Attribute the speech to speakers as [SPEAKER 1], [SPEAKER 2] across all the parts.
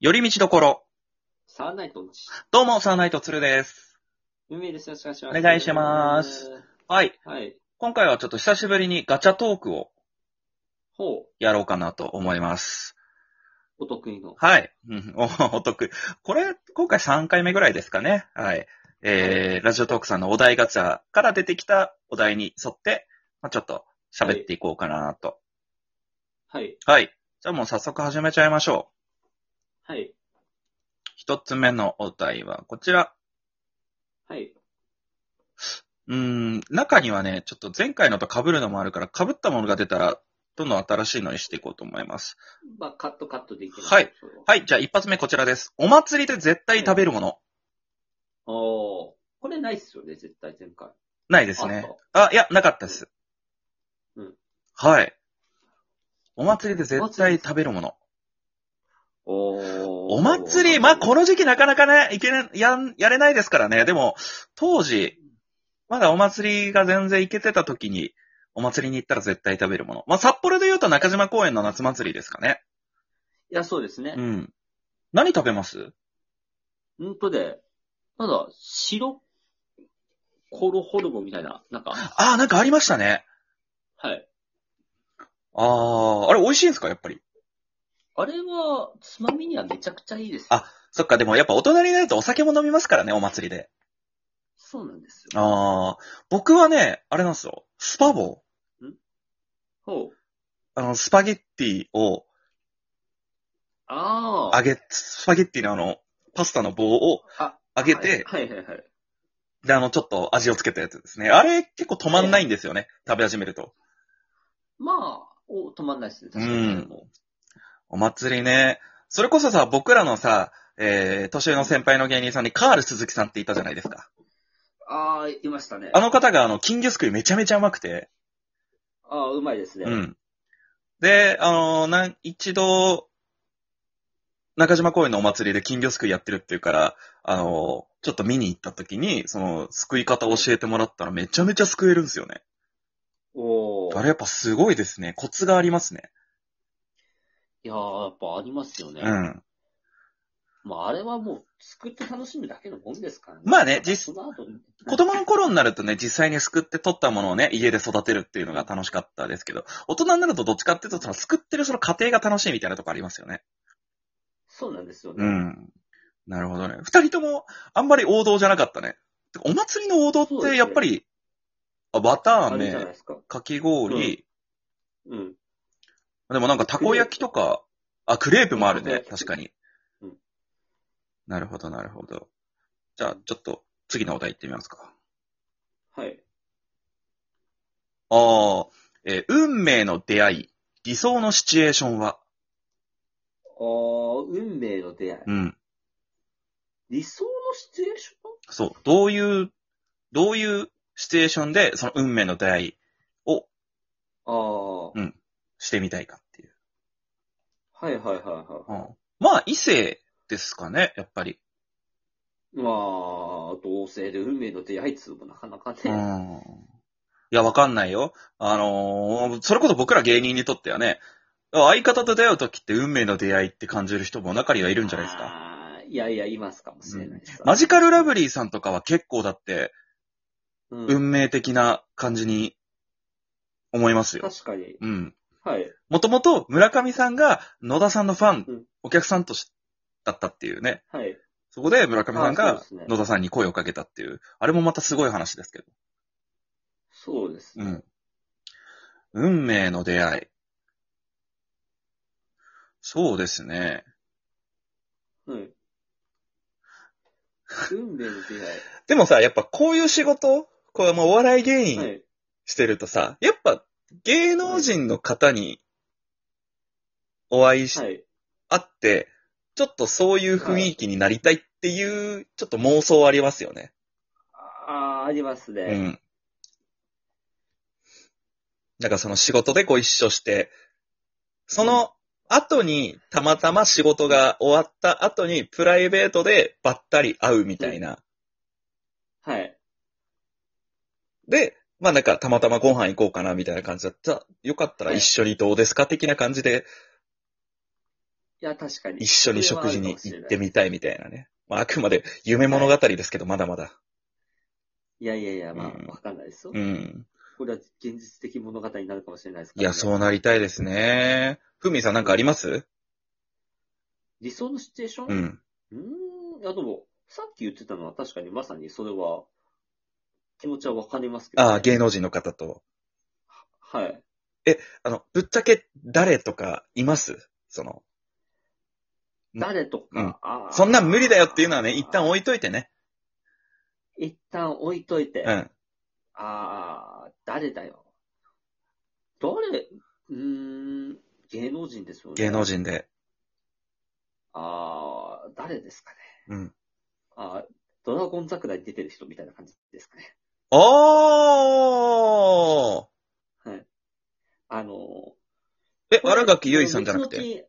[SPEAKER 1] 寄り道どころ。
[SPEAKER 2] サーナイトの地。
[SPEAKER 1] どうも、サーナイトツルです。
[SPEAKER 2] 運営です。よろしくお願いし
[SPEAKER 1] お
[SPEAKER 2] ます。
[SPEAKER 1] 願いします。はい。
[SPEAKER 2] はい。
[SPEAKER 1] 今回はちょっと久しぶりにガチャトークを
[SPEAKER 2] ほ
[SPEAKER 1] やろうかなと思います。
[SPEAKER 2] う、お得意の。
[SPEAKER 1] はい。 うんお、お得。これ、今回3回目ぐらいですかね。はい。えー、ラジオトークさんのお題ガチャから出てきたお題に沿って、まあ、ちょっと喋っていこうかなと。
[SPEAKER 2] はい。
[SPEAKER 1] はい。じゃあもう早速始めちゃいましょ
[SPEAKER 2] はい。
[SPEAKER 1] う。一つ目のお題はこちら。
[SPEAKER 2] はい。
[SPEAKER 1] うーん、中にはね、ちょっと前回のと被るのもあるから、被ったものが出たら、どんどん新しいのにしていこうと思います。
[SPEAKER 2] まあ、カットカットできる。
[SPEAKER 1] はい
[SPEAKER 2] それは。
[SPEAKER 1] はい、じゃあ一発目こちらです。お祭りで絶対食べるもの。
[SPEAKER 2] おー。これないっすよね、絶対前回。
[SPEAKER 1] ないですね。あ、いや、なかったです。
[SPEAKER 2] うん
[SPEAKER 1] はい。お祭りで絶対食べるもの。
[SPEAKER 2] おー。
[SPEAKER 1] お祭り、まあ、この時期なかなかね、いけね、やん、やれないですからね。でも、当時、まだお祭りが全然行けてた時に、お祭りに行ったら絶対食べるもの。まあ、札幌で言うと中島公園の夏祭りですかね。
[SPEAKER 2] いや、そうですね
[SPEAKER 1] う。ん。何食べます
[SPEAKER 2] ほんとで、なんだ、白、コロホルモンみたいな、なんか、
[SPEAKER 1] ああ、なんかありましたね。
[SPEAKER 2] はい。
[SPEAKER 1] ああ、あれ美味しいんですかやっぱり。
[SPEAKER 2] あれは、つまみにはめちゃくちゃいいですよ。
[SPEAKER 1] あそっか、でもやっぱ大人になるとお酒も飲みますからね、お祭りで。
[SPEAKER 2] そうなんですよ。
[SPEAKER 1] ああ、僕はね、あれなんですよ。スパボ
[SPEAKER 2] ほう。
[SPEAKER 1] あの、スパゲッティを
[SPEAKER 2] あー。
[SPEAKER 1] 揚げ、スパゲッティのあの、パスタの棒を
[SPEAKER 2] あ
[SPEAKER 1] 揚げて、
[SPEAKER 2] はいはいはいはい。
[SPEAKER 1] で、あの、ちょっと味をつけたやつですね。あれ結構止まんないんですよね。食べ始めると。
[SPEAKER 2] まあ、お止まんないですね。確か
[SPEAKER 1] う
[SPEAKER 2] に。
[SPEAKER 1] んお祭りね。それこそさ、僕らのさ、えー、年上の先輩の芸人さんにカール鈴木さんっていたじゃないですか。
[SPEAKER 2] ああ、いましたね。
[SPEAKER 1] あの方が、あの、金魚すくいめちゃめちゃうまくて。
[SPEAKER 2] ああ、うまいですね。
[SPEAKER 1] う。ん。で、あの、なん、一度、中島公園のお祭りで金魚すくいやってるっていうから、あの、ちょっと見に行った時に、その、すくい方教えてもらったらめちゃめちゃすくえるんですよね。
[SPEAKER 2] おー
[SPEAKER 1] あれやっぱすごいですね。コツがありますね。
[SPEAKER 2] いやー、やっぱありますよね。
[SPEAKER 1] うん。
[SPEAKER 2] まあ、あれはもう、作って楽しむだけのもんですからね。
[SPEAKER 1] まあね実
[SPEAKER 2] その後に
[SPEAKER 1] 子供の頃になるとね、実際にすくって取ったものをね、家で育てるっていうのが楽しかったですけど、大人になるとどっちかっていうと、そのすくってるその過程が楽しいみたいなとこありますよね。
[SPEAKER 2] そうなんですよね。
[SPEAKER 1] う。ん。なるほどね。二人とも、あんまり王道じゃなかったね。てかお祭りの王道
[SPEAKER 2] そう
[SPEAKER 1] っ
[SPEAKER 2] です
[SPEAKER 1] て、
[SPEAKER 2] ね
[SPEAKER 1] やっぱり、あバター
[SPEAKER 2] あれじゃない
[SPEAKER 1] 飴、
[SPEAKER 2] ですか。
[SPEAKER 1] かき氷、
[SPEAKER 2] うん。
[SPEAKER 1] でもなんかたこ焼きとか、あ、クレープもあるね。
[SPEAKER 2] たこ焼
[SPEAKER 1] 確
[SPEAKER 2] き
[SPEAKER 1] かに
[SPEAKER 2] うん。
[SPEAKER 1] なるほど、なるほど。じゃあ、ちょっと、次のお題行ってみますか。
[SPEAKER 2] はい。
[SPEAKER 1] あー、えー運命の出会い、理想のシチュエーションは
[SPEAKER 2] あー、運命の出会い。
[SPEAKER 1] うん。
[SPEAKER 2] 理想のシチュエーシ
[SPEAKER 1] そう。どういう、どういうシチュエーションで、その運命の出会いを
[SPEAKER 2] ョンあー、
[SPEAKER 1] してみたいかっていう。
[SPEAKER 2] はいはいはいはい。
[SPEAKER 1] うんまあ、異性ですかね、やっぱり。
[SPEAKER 2] まあ、同性で運命の出会いっつうのもなかなかね。
[SPEAKER 1] うん。いや、わかんないよ。あのーそれこそ僕ら芸人にとってはね、相方と出会う時って運命の出会いって感じる人も中にはいるんじゃないですか。
[SPEAKER 2] あーいやいや、いますかもしれないです、
[SPEAKER 1] マジカルラブリーさんとかは結構だって、
[SPEAKER 2] うん。
[SPEAKER 1] 運命的な感じに思いますよ。
[SPEAKER 2] 確かに。
[SPEAKER 1] うん。
[SPEAKER 2] はい。
[SPEAKER 1] もともと村上さんが野田さんのファン、
[SPEAKER 2] うん
[SPEAKER 1] お客さんとし、だったっていうね。
[SPEAKER 2] はい。
[SPEAKER 1] そこで村上さん
[SPEAKER 2] あそう
[SPEAKER 1] が
[SPEAKER 2] ですね
[SPEAKER 1] 野田さんに声をかけたっていう、あれもまたすごい話ですけど。
[SPEAKER 2] そうです
[SPEAKER 1] う
[SPEAKER 2] ね。
[SPEAKER 1] ん。運命の出会い。そうですね。
[SPEAKER 2] はい。運命の
[SPEAKER 1] でもさ、やっぱこういう仕事、これもお笑い芸
[SPEAKER 2] 出会い。は
[SPEAKER 1] 人
[SPEAKER 2] い。
[SPEAKER 1] してるとさ、やっぱ芸能人の方にお会いし、
[SPEAKER 2] はい。
[SPEAKER 1] 会って、ちょっとそういう雰囲気になりたいっていう、ちょっと妄想ありますよね。
[SPEAKER 2] ああー、あります
[SPEAKER 1] う
[SPEAKER 2] ね。
[SPEAKER 1] ん。なんかその仕事でご一緒して、その後にたまたま仕事が終わった後にプライベートでばったり会うみたいな。
[SPEAKER 2] はい。
[SPEAKER 1] で、まあなんかたまたまご飯行こうかなみたいな感じだったら、よかったら一緒にどうですか的な感じで
[SPEAKER 2] いや、確かに。
[SPEAKER 1] 一緒に食事に行ってみたいみたいなね。まあ、あくまで夢物語ですけど、まだまだ。
[SPEAKER 2] いやいやいや、まあ
[SPEAKER 1] うん、
[SPEAKER 2] わかんないですよ。
[SPEAKER 1] うん。
[SPEAKER 2] これは現実的物語になるかもしれないですか
[SPEAKER 1] い
[SPEAKER 2] ら、
[SPEAKER 1] や、そうなりたいですね。ふみさんなんかあります
[SPEAKER 2] 理想のシチュエーション
[SPEAKER 1] うん。
[SPEAKER 2] うーん、いやでも、さっき言ってたのは確かにまさにそれは、気持ちはわかりますけど、
[SPEAKER 1] ああ、芸能人の方と。
[SPEAKER 2] はい。
[SPEAKER 1] あの、ぶっちゃけ誰とかいますその、うん
[SPEAKER 2] 誰とか、
[SPEAKER 1] うん
[SPEAKER 2] あー
[SPEAKER 1] そんなん無理だよっていうのはね、一旦置いといてね。
[SPEAKER 2] 一旦置いといて、
[SPEAKER 1] う
[SPEAKER 2] あ
[SPEAKER 1] ん。
[SPEAKER 2] あー、誰だよ。誰、うーん、芸能人ですよね。
[SPEAKER 1] 芸能。人で。
[SPEAKER 2] ああ、誰ですか
[SPEAKER 1] う
[SPEAKER 2] ね。
[SPEAKER 1] ん。
[SPEAKER 2] あードラゴン桜に出てる人みたいな感じですかね。
[SPEAKER 1] おー
[SPEAKER 2] はい。あのー、
[SPEAKER 1] え、荒垣結衣さんじゃなくて。
[SPEAKER 2] て。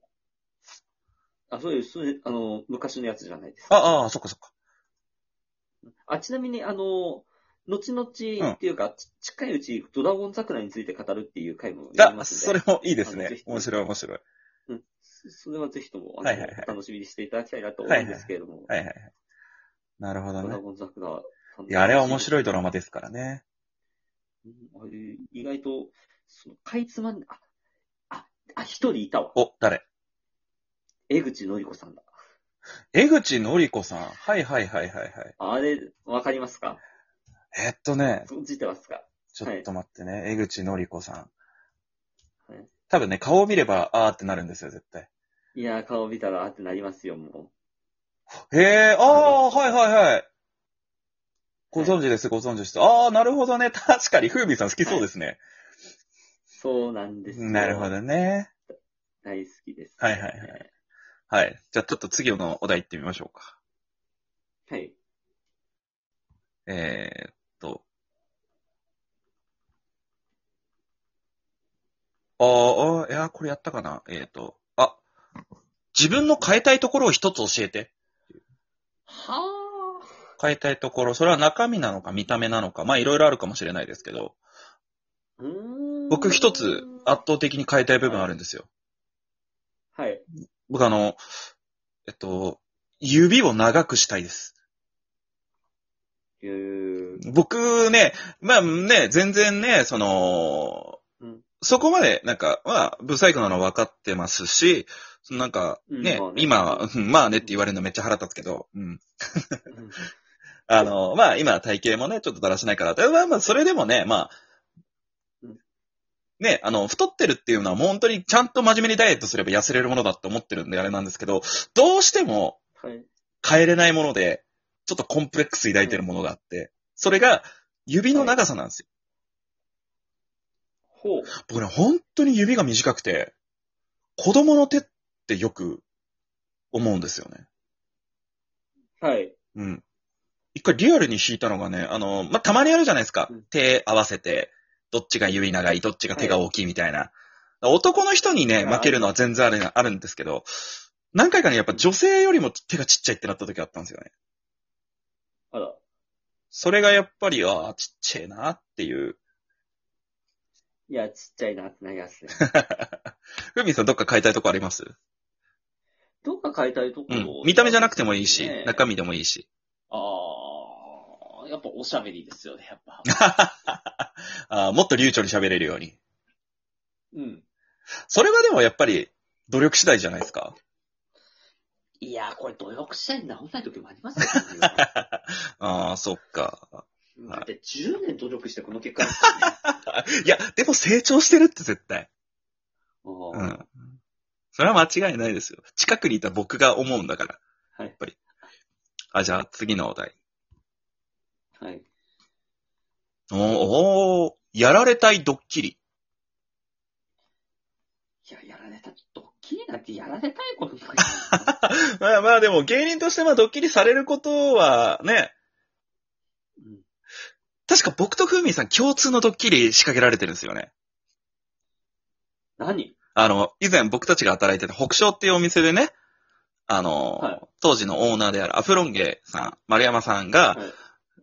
[SPEAKER 2] あ、そうです。そうですあの、昔のやつじゃないです。
[SPEAKER 1] あ、ああ、そっかそっか。
[SPEAKER 2] あちなみに、あの、後々っていうか、ち近いうち、ドラゴン桜について語るっていう回もやり
[SPEAKER 1] だ、
[SPEAKER 2] ます
[SPEAKER 1] そ
[SPEAKER 2] ので
[SPEAKER 1] れ、もいいです
[SPEAKER 2] あのぜ
[SPEAKER 1] ね
[SPEAKER 2] ひ。
[SPEAKER 1] 面白い面白い。
[SPEAKER 2] それはぜひとも、あの、
[SPEAKER 1] はいはいはい
[SPEAKER 2] お楽しみにしていただきたいなと思うんですけれども、
[SPEAKER 1] はいはいはい。なるほど
[SPEAKER 2] ドラ
[SPEAKER 1] ね。
[SPEAKER 2] ゴン桜は、
[SPEAKER 1] いや、あれは面白いドラ
[SPEAKER 2] マ。
[SPEAKER 1] マですからね。
[SPEAKER 2] うんあれ意外と、その、かいつまんで、あ、あ、あ、一人いたわ。
[SPEAKER 1] お、誰
[SPEAKER 2] 江口のりこさんだ。
[SPEAKER 1] 江口のりこさん。はいはいはいはいはい。
[SPEAKER 2] あれ、わかりますか
[SPEAKER 1] えっとね、
[SPEAKER 2] 存じてますか
[SPEAKER 1] ちょっと待ってね。江口のりこさん
[SPEAKER 2] はい。
[SPEAKER 1] 多分ね、顔を見れば、あーってなるんですよ、絶対。
[SPEAKER 2] いやー、顔見たら、あってなりますよ、もう。
[SPEAKER 1] へえ、ああー、はいはいはい。ご
[SPEAKER 2] はい
[SPEAKER 1] 存知です、ご存知です。ああ、なるほどね。確かに、風味さん好きそうですね。
[SPEAKER 2] そうなんですよ
[SPEAKER 1] なるほ。どね。
[SPEAKER 2] 大好きです、。
[SPEAKER 1] はいはいはいはい。じゃあ、ちょっと次のお題行ってみましょうか。
[SPEAKER 2] はい。
[SPEAKER 1] えーっと。あーあー、いや、これやったかな。えーっと。あ、自分の変えたいところを一つ教えて。
[SPEAKER 2] は
[SPEAKER 1] 変えたいところ、それは中身なのか見た目なのか、まあいろいろあるかもしれないですけど、
[SPEAKER 2] あ。うーん
[SPEAKER 1] 僕一つ圧。倒的に変えたい部分あるんですよ。
[SPEAKER 2] はい。
[SPEAKER 1] 僕あの、えっと、指を長くしたいです。
[SPEAKER 2] えー、
[SPEAKER 1] 僕ね、まあね、全然ね、その、
[SPEAKER 2] うん
[SPEAKER 1] そこまで、なんか、まあ、不細工なの分かってますし、そのなんかね、
[SPEAKER 2] うんまあね
[SPEAKER 1] 今 は、うんまあねって言われるのめっちゃ腹立つけど、うん。
[SPEAKER 2] うん
[SPEAKER 1] あの、まあ今体型もね、ちょっとだらしないから、まあまあ、それでもね、まあ
[SPEAKER 2] うん、
[SPEAKER 1] ね、あの、太ってるっていうのはもう本当にちゃんと真面目にダイエットすれば痩せれるものだって思ってるんであれなんですけど、どうしても
[SPEAKER 2] はい。
[SPEAKER 1] 変えれないもので、ちょっとコンプレックス抱いてるものがあって、それが指の長さなんですよ
[SPEAKER 2] ほう。
[SPEAKER 1] 僕ね、本当に指が短くて、子供の手ってよく思うんですよね。
[SPEAKER 2] はい。
[SPEAKER 1] うん。一回リアルに引いたのがね、あの、まあ、たまにあるじゃないですか
[SPEAKER 2] うん。
[SPEAKER 1] 手合わせて、どっちが指長い、どっちが手が大きいみたいな。男の人にね、
[SPEAKER 2] はい
[SPEAKER 1] 負けるのは全然あるあるんですけど、何回かね、やっぱ女性よりも手がちっちゃいってなった時あったんですよね。
[SPEAKER 2] あら。
[SPEAKER 1] それがやっぱり、ああ、ちっちゃいなっていう。
[SPEAKER 2] いや、ちっちゃいなってなり ますね。
[SPEAKER 1] ふみさんどっか変えたいとこあります
[SPEAKER 2] どっか変えたいとこ
[SPEAKER 1] う
[SPEAKER 2] ろ、
[SPEAKER 1] ん。見た目じゃなくてもいいし、
[SPEAKER 2] ね
[SPEAKER 1] 中身でもいいし。
[SPEAKER 2] あー、やっぱおしゃべりですよね、やっ ぱ。
[SPEAKER 1] あーもっと流暢に喋れるように。
[SPEAKER 2] うん。
[SPEAKER 1] それはでもやっぱり努力次第じゃないですか。
[SPEAKER 2] いやー、これ努力してんな、本ない時もあります よ、ね。
[SPEAKER 1] ああ、そっか。
[SPEAKER 2] だって10年努力してこの結果です
[SPEAKER 1] いや、でも成長してるって絶対。
[SPEAKER 2] よ
[SPEAKER 1] う
[SPEAKER 2] ね。
[SPEAKER 1] ん。それは間違いないですよ。近くにいた僕が思うんだから。
[SPEAKER 2] はい
[SPEAKER 1] やっぱり。あ、じゃあ次のお題。
[SPEAKER 2] うん。はい。
[SPEAKER 1] おーおーやられたいドッキリ。
[SPEAKER 2] いや、やられた、ドッキリなんてやられたいことないよ。
[SPEAKER 1] まあまあでも芸人としてまあドッキリされることはね、
[SPEAKER 2] うん
[SPEAKER 1] 確か僕とふみさん共通のドッキリ仕掛けられてるんですよね。
[SPEAKER 2] 何
[SPEAKER 1] あの、以前僕たちが働いてた北昇っていうお店でね、あの、
[SPEAKER 2] はい
[SPEAKER 1] 当時のオーナーであるアフロンゲさん、丸山さんが、
[SPEAKER 2] はい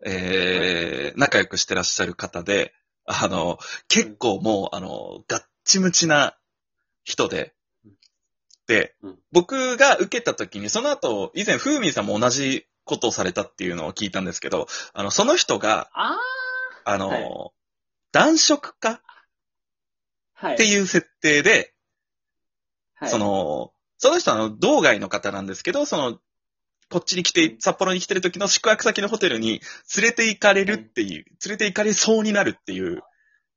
[SPEAKER 1] えー、仲良くしてらっしゃる方で、あの、結構もう、あの、ガッチムチな人で
[SPEAKER 2] うん、
[SPEAKER 1] って
[SPEAKER 2] うん、
[SPEAKER 1] 僕が受けた時に、その後、以前、フーミンさんも同じことをされたっていうのを聞いたんですけど、あの、その人が、
[SPEAKER 2] ああ
[SPEAKER 1] あの、
[SPEAKER 2] はい
[SPEAKER 1] 男色化
[SPEAKER 2] はい。
[SPEAKER 1] っていう設定で、
[SPEAKER 2] はい、
[SPEAKER 1] そ、の、その人はあの道外の方なんですけど、その、こっちに来て、札幌に来てる時の宿泊先のホテルに連れて行かれるっていう、連れて行かれそうになるっていう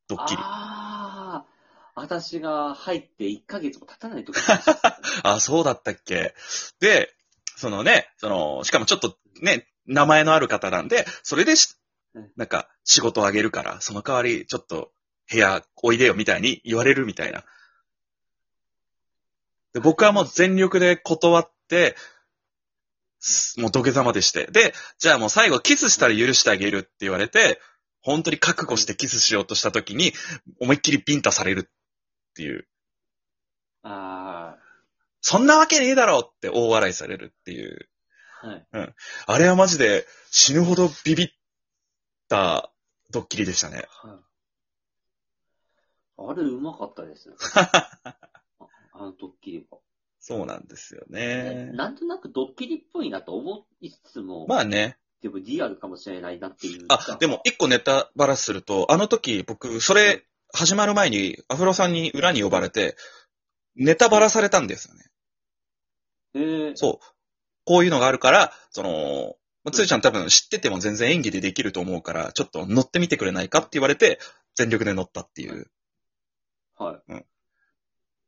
[SPEAKER 1] ドッキリ。あ
[SPEAKER 2] ああ、私が入って1ヶ月も経たない時に
[SPEAKER 1] あ、そうだったっけ。で、そのね、その、しかもちょっとね、名前のある方なんで、それでし
[SPEAKER 2] うん、
[SPEAKER 1] なんか仕事をあげるから、その代わりちょっと部屋おいでよみたいに言われるみたいな。で僕はもう全力で断って、すもう土下座までして。で、じゃあもう最後キスしたら許してあげるって言われて、本当に覚悟してキスしようとした時に、思いっきりビンタされるっていう。
[SPEAKER 2] あ
[SPEAKER 1] そんなわけねえだろって大笑いされるっていう。
[SPEAKER 2] あ、はい。
[SPEAKER 1] あれはマジで死ぬほどビビったドッキリでしたね。
[SPEAKER 2] はい。あれ、うまかったです。ああのドッキリも。
[SPEAKER 1] そうなんですよね。
[SPEAKER 2] なんとなくドッキリっぽいなと思いつつも、
[SPEAKER 1] まあね。
[SPEAKER 2] でもリアルかもしれないなっていう。
[SPEAKER 1] あ、でも一個ネタバラすると、あの時僕、それ始まる前にアフロさんに裏に呼ばれて、ネタバラされたんですよね。
[SPEAKER 2] えー、
[SPEAKER 1] そう。こういうのがあるから、その、まあつーちゃん多分知ってても全然演技でできると思うから、ちょっと乗ってみてくれないかって言われて、全力で乗ったっていう。
[SPEAKER 2] はい。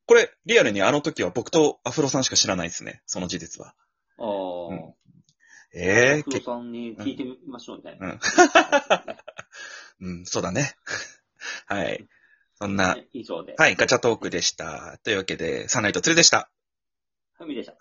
[SPEAKER 1] これ、リアルにあの時は僕とアフロさんしか知らないですね。その事実は。
[SPEAKER 2] ああ、
[SPEAKER 1] うんええ
[SPEAKER 2] 黒
[SPEAKER 1] 結
[SPEAKER 2] さんに聞いてみましょうね。
[SPEAKER 1] うんうん、そうだね。 はい。そんな、
[SPEAKER 2] 以上で。
[SPEAKER 1] はい、ガチャトークでした。というわけで、サンライトツルでした。
[SPEAKER 2] ファミリーでした。
[SPEAKER 1] はい